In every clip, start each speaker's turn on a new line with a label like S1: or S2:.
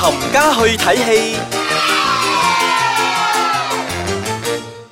S1: 冚家去睇戲。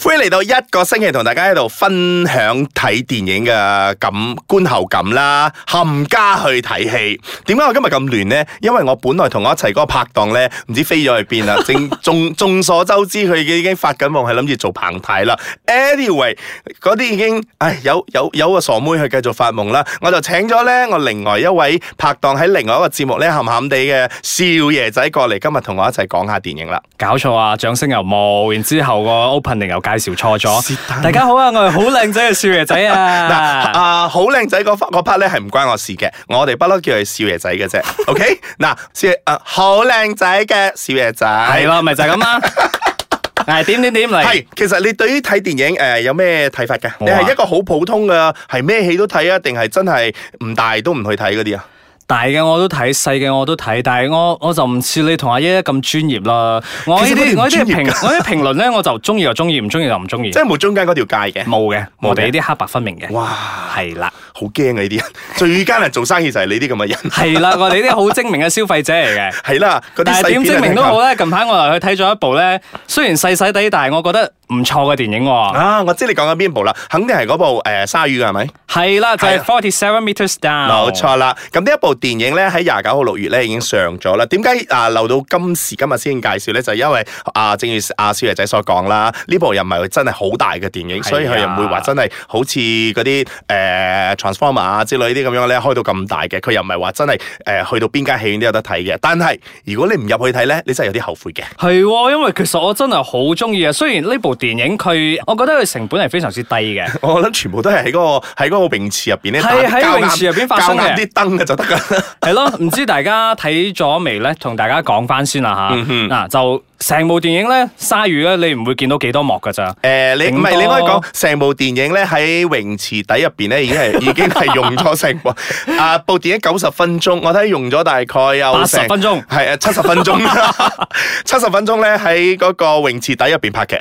S2: 欢迎嚟到一個星期，同大家喺度分享睇電影嘅感觀後感啦，冚家去睇戲。點解我今日咁亂呢？因為我本來同我一齊嗰個拍檔呢，唔知飛咗去邊啦。正眾眾所周知，佢已經發緊夢，係諗住做彭太啦。Anyway，嗰啲已經唉有有有個傻妹去繼續發夢啦。我就請咗呢我另外一位拍檔喺另外一個節目呢，鹹鹹地嘅少爺仔過嚟，今日同我一齊講下電影啦。
S3: 搞錯啊！掌聲又冇，然之後個 opening 又介紹錯
S2: 是但
S3: 咗。大家好啊，我係好靚仔嘅少爺仔
S2: 嗱
S3: 啊！
S2: 啊，好靚仔嗰 part- 嗰 part 咧係唔關我事嘅，我哋不嬲叫佢少爺仔嘅 啫。OK，嗱，少爺啊，好靚仔嘅少爺仔，
S3: 係。咯，咪就係 咁啦。係啊點點點嚟？
S2: 係，其實你對於睇電影誒、有咩睇法嘅？你係一個好普通嘅，係咩戲都睇啊，定係真係唔大都唔去睇嗰啲啊？
S3: 大嘅我都睇，細嘅我都睇，但係我我就唔似你同阿爺咁專業啦。我呢
S2: 其實佢哋唔
S3: 啲我呢啲
S2: 專業
S3: 評我呢啲評論咧，我就中意就中意，唔中意就唔中意
S2: 即。係冇中間嗰條界嘅。
S3: 冇嘅，
S2: 冇嘅
S3: 我哋呢啲黑白分明嘅。
S2: 哇，
S3: 係啦，
S2: 好驚啊！呢啲人 最艱難做生意就係你啲咁嘅人。
S3: 係啦，我哋呢啲好精明嘅消費者嚟嘅。
S2: 係啦， 嗰啲
S3: 但係
S2: 細
S3: 點
S2: 片
S3: 證
S2: 啊
S3: 明都好咧，近排我又去睇咗一部咧，雖然細細地，但係我覺得唔錯嘅電影喎。
S2: 啊！我知你講緊邊部啦，肯定係嗰部誒、鯊魚嘅係咪？
S3: 係啦，就
S2: 係
S3: 係
S2: 啦
S3: Forty Seven Meters Down。
S2: 冇。錯啦，咁呢一部電影咧喺廿九號六月咧已經上咗啦。點解啊留到今時今日先介紹咧？就係因為啊，正如阿少爺仔所講啦，呢部又唔係真係好大嘅電影，
S3: 係啊
S2: 所以佢又唔會話真係好似嗰啲誒 Transformer 啊之類啲咁樣咧開到咁大嘅，佢又唔係話真係誒、呃去到邊間戲院都有得睇嘅。但係如果你唔入去睇咧，你真係有啲後悔嘅。
S3: 係喎，因為其實我真係好中意啊。雖然呢部電影佢，我覺得佢成本係非常之低嘅。
S2: 我諗全部都係喺嗰個喺嗰個泳池入邊咧，
S3: 係
S2: 打啲
S3: 喺
S2: 膠
S3: 泳池入邊發生
S2: 膠眼
S3: 嘅
S2: 啲燈嘅就得㗎啦。
S3: 係咯，唔知大家睇咗未咧？同大家講翻先啦
S2: 嗯
S3: 吓。嗱、就成部電影咧，鯊魚咧，你唔會見到幾多幕㗎咋。
S2: 誒、呃你唔
S3: 頂
S2: 係
S3: 多
S2: 你可以講成部電影咧喺泳池底入邊咧已經 係已經係用咗成部啊部電影九十分鐘，我睇用咗大概有
S3: 80
S2: 成
S3: 分鐘
S2: 係啊七十分 鐘， 七十分鐘咧喺嗰個泳池底入邊拍嘅，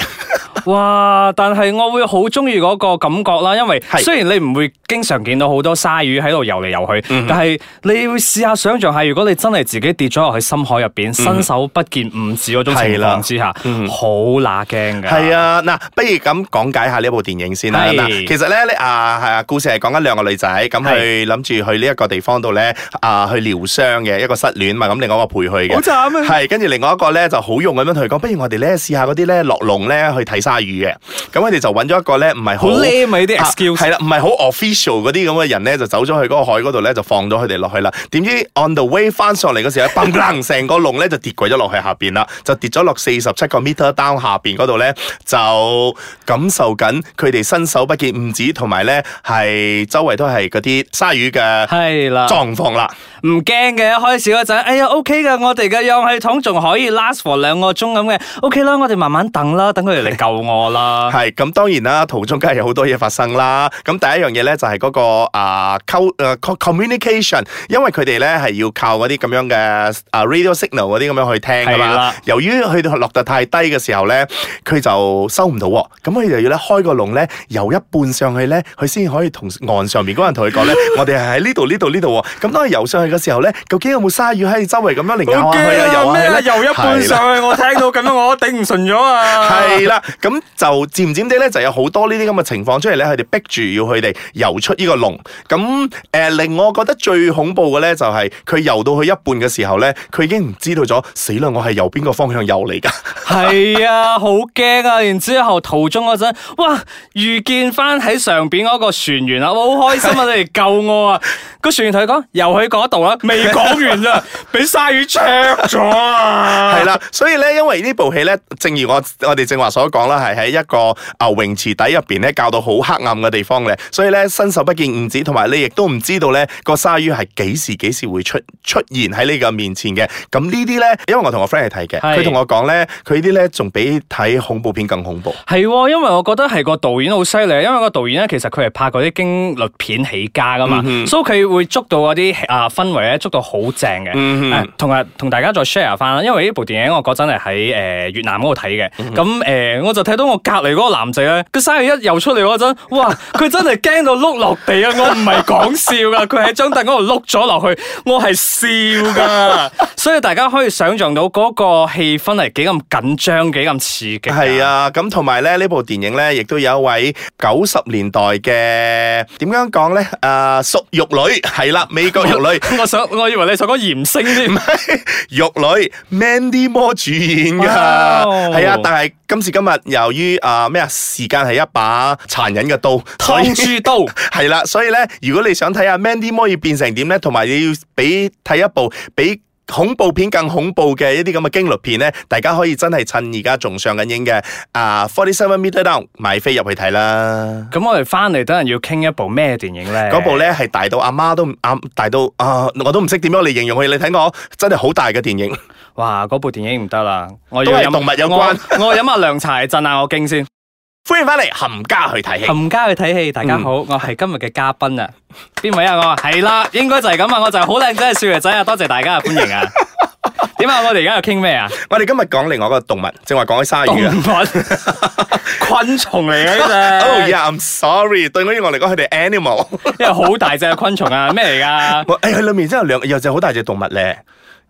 S3: 哇！但係我會好中意嗰個感覺啦，因為
S2: 係
S3: 雖然你唔會經常見到好多鯊魚喺度游嚟游去，
S2: 嗯
S3: 但係你會試下想像下，如果你真係自己跌咗落去深海入邊，伸手不見五指嗰種情
S2: 嗯係啦嗯
S3: 況之下，好乸驚㗎。
S2: 係啊嗱，不如咁講解下呢部電影先啦
S3: 係
S2: 嗱，其實咧你啊係啊故事係講緊兩個女仔咁去諗住去呢一個地方度咧啊去療傷嘅一個失戀嘛，咁另外一個陪佢嘅。
S3: 慘！啊
S2: 係，跟住另外一個咧就好用咁樣同佢講，不如我哋咧試下嗰啲咧落籠咧去睇鯊魚嘅。咁佢哋就揾咗一個咧唔係
S3: 好
S2: 好
S3: 叻咪啲
S2: 啊
S3: excuse
S2: 係啦，唔係好 official 嗰啲咁嘅人咧，就走咗去嗰個海嗰度咧，就放咗佢哋落去啦。點知 on the way 翻上嚟嗰時咧，砰砰 成個籠咧就跌鬼咗落去下邊啦，就跌咗落四十七個 meter down 下邊嗰度咧，就感受緊佢哋伸手不見五指，同埋咧係周圍都係嗰啲鯊魚嘅
S3: 係啊啦，
S2: 狀況啦。
S3: 唔驚嘅。一開始嗰陣，哎呀 OK 嘅，我哋嘅氧氣筒仲可以 last for 兩個鐘咁嘅，OK 啦，我哋慢慢等啦，等佢哋嚟救我 啦。
S2: 係咁，當然啦，途中梗係有好多嘢發生啦。咁第一樣嘢咧就係嗰、個啊溝誒 communication，因為佢哋咧係要靠嗰啲咁樣嘅啊 radio signal 嗰啲咁樣去聽噶
S3: 係
S2: 嘛
S3: 啦。
S2: 由於佢哋落得太低嘅時候咧，佢就收唔到喎。咁佢就要咧開個籠咧，游一半上去咧，佢先可以同岸上面嗰人同佢 講咧，我哋係喺呢度呢度呢度喎。咁當佢游上去嘅時候咧，究竟有冇鯊魚喺周圍咁樣嚟咬下佢啊，游下佢咧？係啦
S3: 去，我聽到咁樣我頂唔順咗啊
S2: 係啦， 咁就漸漸地咧就有好多呢啲咁嘅情況出嚟咧，佢哋逼住要佢哋游出呢個籠。咁誒、呃令我覺得最恐怖嘅咧就係、佢游到去一半嘅時候咧，佢已經唔知道咗死啦！我係由邊個方向游嚟㗎？
S3: 係啊，好驚啊！然之後途中嗰陣，哇，遇見翻喺上邊嗰個船員啊，我好開心啊！你嚟救我啊！個船員同佢講，游去嗰度啦，未講完咋，俾鯊魚灼咗啊！
S2: 係啦，所以咧，因為呢部戲咧，正如我我哋正話所講啦，係喺一個啊泳池底入邊咧，教到好黑暗嘅地方咧，所以咧伸手不見五指，同埋你亦都唔知道咧個鯊魚係幾時幾時會出出現喺你嘅面前嘅。咁呢啲咧，因為我同我 friend 去睇嘅，
S3: 係
S2: 佢同我講咧，佢啲咧仲比睇恐怖片更恐怖。
S3: 係喎，因為我覺得係個導演好犀利，啊因為個導演咧其實佢係拍嗰啲驚慄片起家噶嘛，
S2: 嗯
S3: 所以佢會捉到嗰啲啊氛圍咧，捉到好正嘅。
S2: 嗯
S3: 誒同呃
S2: 嗯
S3: 埋同大家再 share 翻啦，因為呢部電影我嗰陣係喺誒越南嗰度睇嘅，咁誒、呃我就睇到我隔離嗰個男仔咧，個生日一游出嚟嗰陣，哇！佢真係驚到碌落地啊！我唔係講笑 噶，佢喺張凳嗰度碌咗落去，我係 笑噶。所以大家可以想像到嗰個氣氛係幾咁緊張，幾咁刺激。
S2: 係，啊，咁同埋咧呢部電影咧，亦都有一位九十年代嘅點樣講咧？啊、熟玉女係啦，美國玉女。
S3: 我想我以為你想講鹽星添。
S2: 玉女 Mandy Moore 主演噶，
S3: Wow
S2: 係啊，但係今時今日由於啊咩啊，時間係一把殘忍嘅刀，所以
S3: 劏豬刀。
S2: 係啦，所以咧，如果你想睇下 Mandy Moore 要變成點咧，同埋你要俾睇一部比恐怖片更恐怖嘅一啲咁嘅驚慄片咧，大家可以真係趁而家仲上緊映嘅啊 Forty Seven Meter Down 買飛入去睇啦。
S3: 咁我哋翻嚟等人要傾一部咩電影咧？
S2: 嗰部咧係大到阿媽都唔啊，大到啊，我都唔識點樣嚟形容佢。你睇我真係好大嘅電影。
S3: 哇！嗰部電影唔得啦，我
S2: 都
S3: 要
S2: 係
S3: 飲
S2: 動物有關
S3: 我我飲下涼茶嚟鎮下我 驚先。
S2: 歡迎翻嚟冚家去睇戲。
S3: 冚家去睇戲，大家好，我係今日嘅嘉賓啊。邊位啊？我係啦，應該就係咁啊。我就係好靚仔嘅少爺仔啊，多謝大家嘅 歡迎啊。點啊？我哋而家又傾咩啊？
S2: 我哋今日講另外一個動物，正話講起 鯊
S3: 動
S2: 魚啊。
S3: 物昆蟲嚟嘅
S2: 哦
S3: 呢
S2: yeah，I'm sorry，對我嚟講，佢哋 animal。
S3: 隻，因為好大隻嘅昆蟲啊，咩嚟 噶？
S2: 誒，佢裏面真係有兩有隻好大隻動物咧，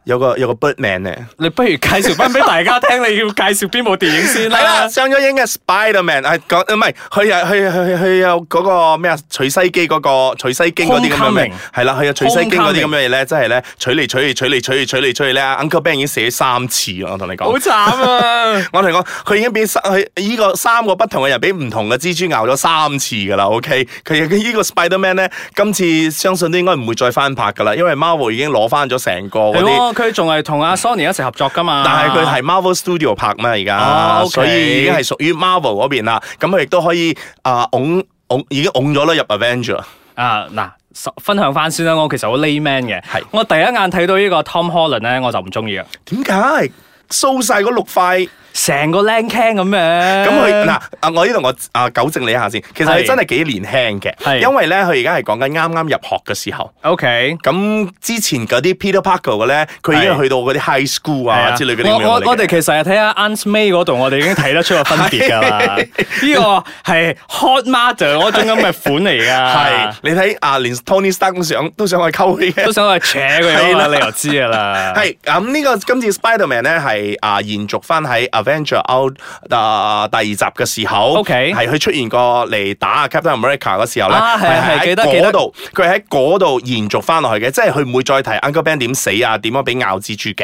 S2: 有個有個 Birdman 咧。
S3: 你不如介紹翻俾大家聽，你要介紹邊部電影先
S2: 係啦，
S3: 啦。
S2: 上咗映嘅 Spiderman 係講唔係佢係佢佢佢有嗰個咩啊？取西經嗰個取西經嗰啲咁樣嘅
S3: Homecoming，
S2: 係啦，佢有取西經嗰啲咁
S3: Homecoming
S2: 樣嘢咧，真係咧取嚟取去取嚟取去取嚟取去咧，Uncle Ben 已經寫三次啦，我同你
S3: 好
S2: 講。
S3: 慘啊！
S2: 我同你講，佢已經俾三佢依個三個不同嘅人俾唔同嘅蜘蛛咬咗三次㗎啦。OK，佢佢依個 Spiderman 咧，今次相信都應該唔會再翻拍㗎啦，因為 Marvel 已經攞翻咗成個 嗰
S3: 係
S2: 啲。
S3: 喎，佢仲係同阿 Sony 一齊合作噶嘛。
S2: 但係佢係 Marvel Studio 拍嘛而
S3: 哦
S2: 家，
S3: ，OK
S2: 所以已經係屬於 Marvel 嗰邊啦。咁佢亦都可以啊，拱拱已經拱咗啦入 Avenger。
S3: 啊嗱。十分享翻先啦，我其實好 lay man 嘅
S2: 係，
S3: 我第一眼睇到呢個 Tom Holland 咧，我就唔中意啊
S2: 點
S3: 嘅，
S2: 解？掃晒嗰六塊，
S3: 成個靚 can 咁樣。
S2: 咁
S3: 咁
S2: 佢嗱啊！我呢度我啊糾正你一下先，其實佢
S3: 係
S2: 真係幾年輕嘅，
S3: 係
S2: 因為咧佢而家係講緊啱啱入學嘅時候。
S3: ，OK，
S2: 咁之前嗰啲 Peter Parker 嘅咧，佢已經
S3: 係
S2: 去到嗰啲 high school
S3: 係
S2: 啊
S3: 啊
S2: 之類嗰啲
S3: 我
S2: 咁樣
S3: 我
S2: 嚟嘅
S3: 我哋其實係睇下 Aunt May 嗰度，我哋已經睇得出個分別㗎 啦。呢個係 Hot Mother 嗰種咁嘅款 嚟㗎，
S2: 係你睇啊，連 Tony Stark 都想 都想去溝佢嘅
S3: 都。想去扯佢
S2: 係
S3: 㗎
S2: 啦
S3: 嘛，你又知㗎啦。
S2: 係咁呢個今次 Spider-Man 咧係啊延續翻喺 Avenger Out 啊第二集嘅時候
S3: OK
S2: 係佢出現過嚟打 Captain America 嘅時候咧，
S3: 啊係係
S2: 佢
S3: 記得
S2: 喺
S3: 記
S2: 嗰
S3: 得
S2: 度，佢喺嗰度延續翻落去嘅，即係佢唔會再提 Uncle Ben 點死啊，點樣俾咬蜘蛛嘅，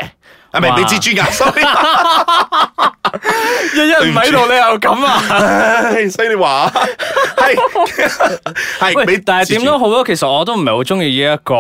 S2: 啊唔係
S3: 哇
S2: 俾蜘蛛咬，sorry，
S3: 日日唔喺度，你又咁啊？
S2: 唉所以你話係係俾
S3: 喂，但係點
S2: 蜘蛛
S3: 都好咯，其實我都唔係好中意呢一個，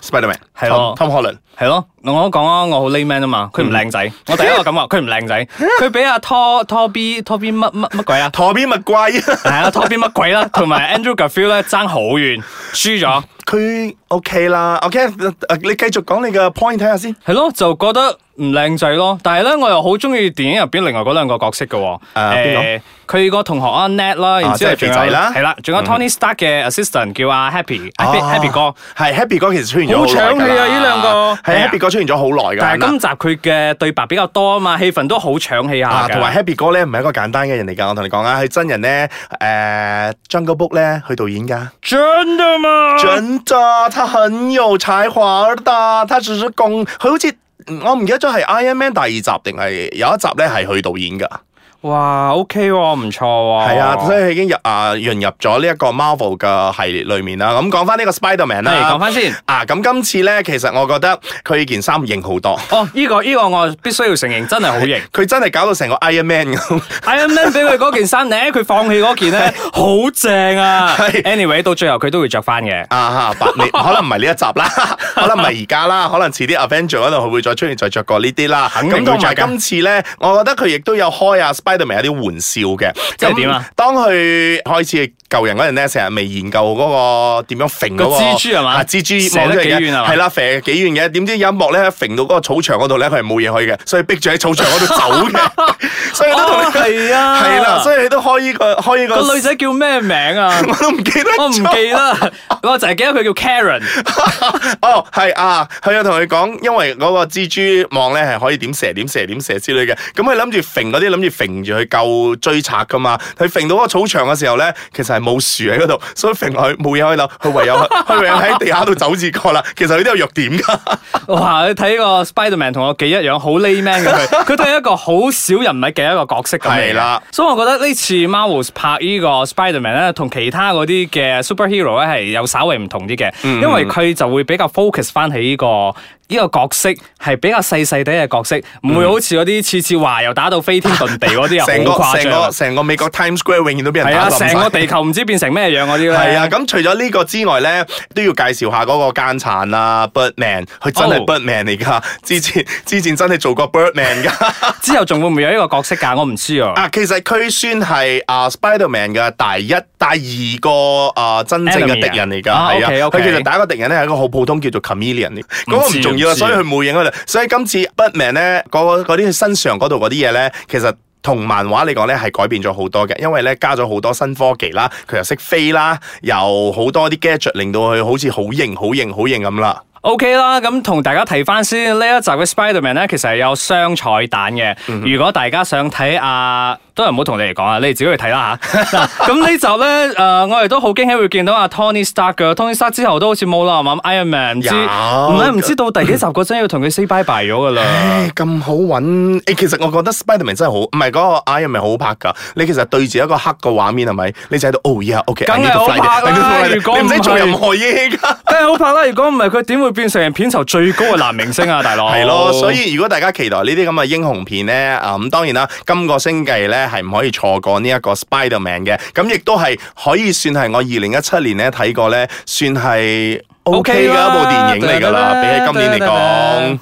S2: Spider-Man
S3: 係咯
S2: Tom Tom Holland，
S3: 係咯，我都講啊，我好 lay man 啊嘛，佢唔靚仔，我第一個感覺佢唔靚仔，佢俾阿 Tor Tor B Tor B 乜乜乜鬼啊
S2: 陀邊咪貴，
S3: 係啊 Tor B 乜鬼啦，同埋 Andrew Garfield 咧爭好遠，輸咗，
S2: 佢 OK 啦，OK，呃 ờ, 你繼續講你嘅 point 睇下先。
S3: 係咯，就覺得唔靚仔咯，但係咧我又好中意電影入邊另外嗰兩個角色嘅喎，
S2: 啊邊啊
S3: 誒佢個同學阿 Ned 啦，然之後
S2: 即係肥
S3: 仲有
S2: 仔啦嗯
S3: 係啦，仲有 Tony Stark 嘅 assistant 叫阿 Happy Happy
S2: 哦
S3: Happy 哥。
S2: 係 À. Happy 哥其實出現咗耐㗎啦
S3: 好搶戲啊呢兩個
S2: 係
S3: 係啊
S2: Happy 哥出現咗好耐㗎，
S3: 但係
S2: 係
S3: 今集佢嘅對白比較多啊嘛，氣氛都好搶氣下
S2: 啊，
S3: 㗎
S2: 同埋 À, Happy 哥咧唔係一個簡單嘅人嚟㗎，我同你講啊，佢真人咧誒 Jungle Book 咧去導演㗎，
S3: 真的嗎？
S2: 準咋，他很有才華的，他只是共佢好似。嗯我唔記得咗係 Iron Man 第二集定係有一集咧係佢導演㗎，
S3: 哇，OK 喎、唔錯喎。
S2: 係啊，所以佢已經入啊融入咗呢一個 Marvel 嘅系列裡面啦。咁講翻呢個 Spider-Man
S3: 嚟
S2: 啦
S3: 講，翻先。
S2: 啊咁今次咧其實我覺得佢件衫型好多，
S3: 哦，呢、個呢、個我必須要承認，真係好 型。
S2: 佢真係搞到成個 Iron Man 咁。
S3: Iron Man 俾佢嗰件衫咧，佢放棄嗰件咧，好正啊
S2: 係。
S3: Anyway，到最後佢都會着翻嘅。
S2: 啊哈，白 你可能唔係呢一集啦， 可能唔係而家啦，可能遲啲 Avenger 嗰度佢會再出現再着過呢啲啦。
S3: 肯定
S2: 咁
S3: 會
S2: 同埋
S3: 着㗎
S2: 今次咧，我覺得佢亦都有開啊 Spiderman 有啲玩笑嘅。
S3: 即係點啊
S2: 咁？當佢開始救人嗰陣咧，成日未研究嗰個點樣揈嗰個
S3: 個蜘蛛係嘛
S2: 啊蜘蛛網
S3: 射得
S2: 出嚟
S3: 幾
S2: 嘅
S3: 遠係嘛
S2: 係啦，射幾遠嘅。點知有一幕咧，揈到嗰個草場嗰度咧，佢係冇嘢去嘅，所以逼住喺草場嗰度走嘅。所以都同
S3: 哦，
S2: 你
S3: 係啊，
S2: 係啦，所以你都開呢個開呢個
S3: 個女仔叫咩名啊？
S2: 我都唔記得
S3: 我唔
S2: 咗
S3: 記得，我就係記得佢叫 Karen，
S2: 哦，係啊，佢有同佢講，因為嗰個蜘蛛網咧係可以點射點射點射之類嘅，咁佢諗住揈嗰啲諗住揈住去救追賊噶嘛，佢揈到嗰個草場嘅時候咧，其實係冇樹喺嗰度，所以揈落去冇嘢可以扭， 佢唯有佢唯有喺地下度走字過啦。其實佢都有弱點 噶，
S3: 哇！你睇個 Spiderman 同我幾一樣，好 layman 嘅 佢，佢都係一個好少人物嘅一個角色咁嚟嘅
S2: 係啦，
S3: 所以我覺得呢次 Marvel 拍呢個 Spiderman 咧，同其他嗰啲嘅 superhero 咧係有稍微唔同啲嘅，
S2: 嗯
S3: 因為佢就會比較 focus 翻喺呢個。呢個角色係比較細細哋嘅角色，唔會好似嗰啲次次話又打到飛天遁地嗰啲
S2: 成
S3: 又好
S2: 個
S3: 誇
S2: 成
S3: 張啊
S2: 個。成個美國 Times Square 永遠都俾人
S3: 係
S2: 打
S3: 啊，
S2: 冧
S3: 成
S2: 晒
S3: 個地球唔知變成咩樣嗰啲咧。
S2: 係啊，咁除咗呢個之外咧，都要介紹下嗰個奸殘啦，Birdman，佢真係
S3: 哦
S2: Birdman 嚟噶，之前之前真係做過 Birdman 噶。
S3: 之後仲會唔會有呢個角色㗎？我唔知啊。
S2: 啊，其實佢算係啊 Spider-Man 嘅第一、第二個啊真正嘅
S3: Enemy 啊
S2: 敵人嚟㗎，
S3: 啊
S2: 係啊，佢、
S3: OK，OK
S2: 其實第一個敵人咧係一個好普通叫做 Chameleon 嚟，嗰個唔重要
S3: 唔
S2: 啊，
S3: 知
S2: 所以佢冇影嗰度。所以今次 Batman 咧，嗰嗰啲佢身上嗰度嗰啲嘢咧，其實。同漫畫嚟講咧，係改變咗好多嘅，因為咧加咗好多新科技啦，佢又識飛啦，又好多啲 gadget 令到佢好似好型、好型、好型咁啦。
S3: OK 啦，咁同大家睇翻先呢一集嘅 Spiderman 咧，其實係有雙彩蛋嘅。
S2: 嗯
S3: 如果大家想睇啊，都係唔好同你哋講啊，你哋自己去睇啦吓。 嗱咁呢集咧，誒、我哋都好驚喜會見到阿 Tony Stark 嘅。Tony Stark 之後都好似冇啦，係嘛？Iron Man 唔知，
S2: 有
S3: 唔係唔知道第幾集嗰陣要同佢 say bye bye 咗噶 啦。
S2: 唉咁好揾誒、其實我覺得 Spiderman 真係好，唔係嗰個 Iron Man 好拍㗎。你其實對住一個黑嘅畫面係咪？你就喺度哦 yeah，OK，
S3: 梗係好拍啦如果
S2: 你唔使
S3: 唔
S2: 做
S3: 係哦
S2: 任何嘢㗎。
S3: 梗係好拍啦！如果唔係，佢點會變成片酬最高嘅男明星啊，大佬？
S2: 係咯，所以如果大家期待呢啲咁嘅英雄片咧，啊咁當然啦，今個星期咧係唔可以錯過呢一個 Spiderman 嘅，咁亦都係可以算係我二零一七年咧睇過咧，算係 OK 嘅
S3: OK
S2: 一
S3: 啦
S2: 部電影嚟㗎啦，比起今年嚟講。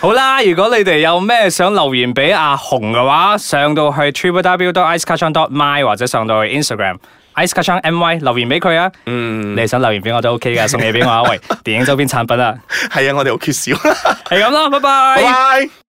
S3: 好啦，如果你哋有咩想留言俾阿紅嘅話，上到去 triple w dot ice c a t c h o n dot my 或者上到去 Instagram ice c a t c h o n my 留言俾佢啊。嗯，你想留言俾我都 OK 噶，送嘢俾我啊。喂，電影周邊產品啊，
S2: 係啊，我哋好缺少。
S3: 係咁啦，拜
S2: 拜
S3: 拜。
S2: 拜。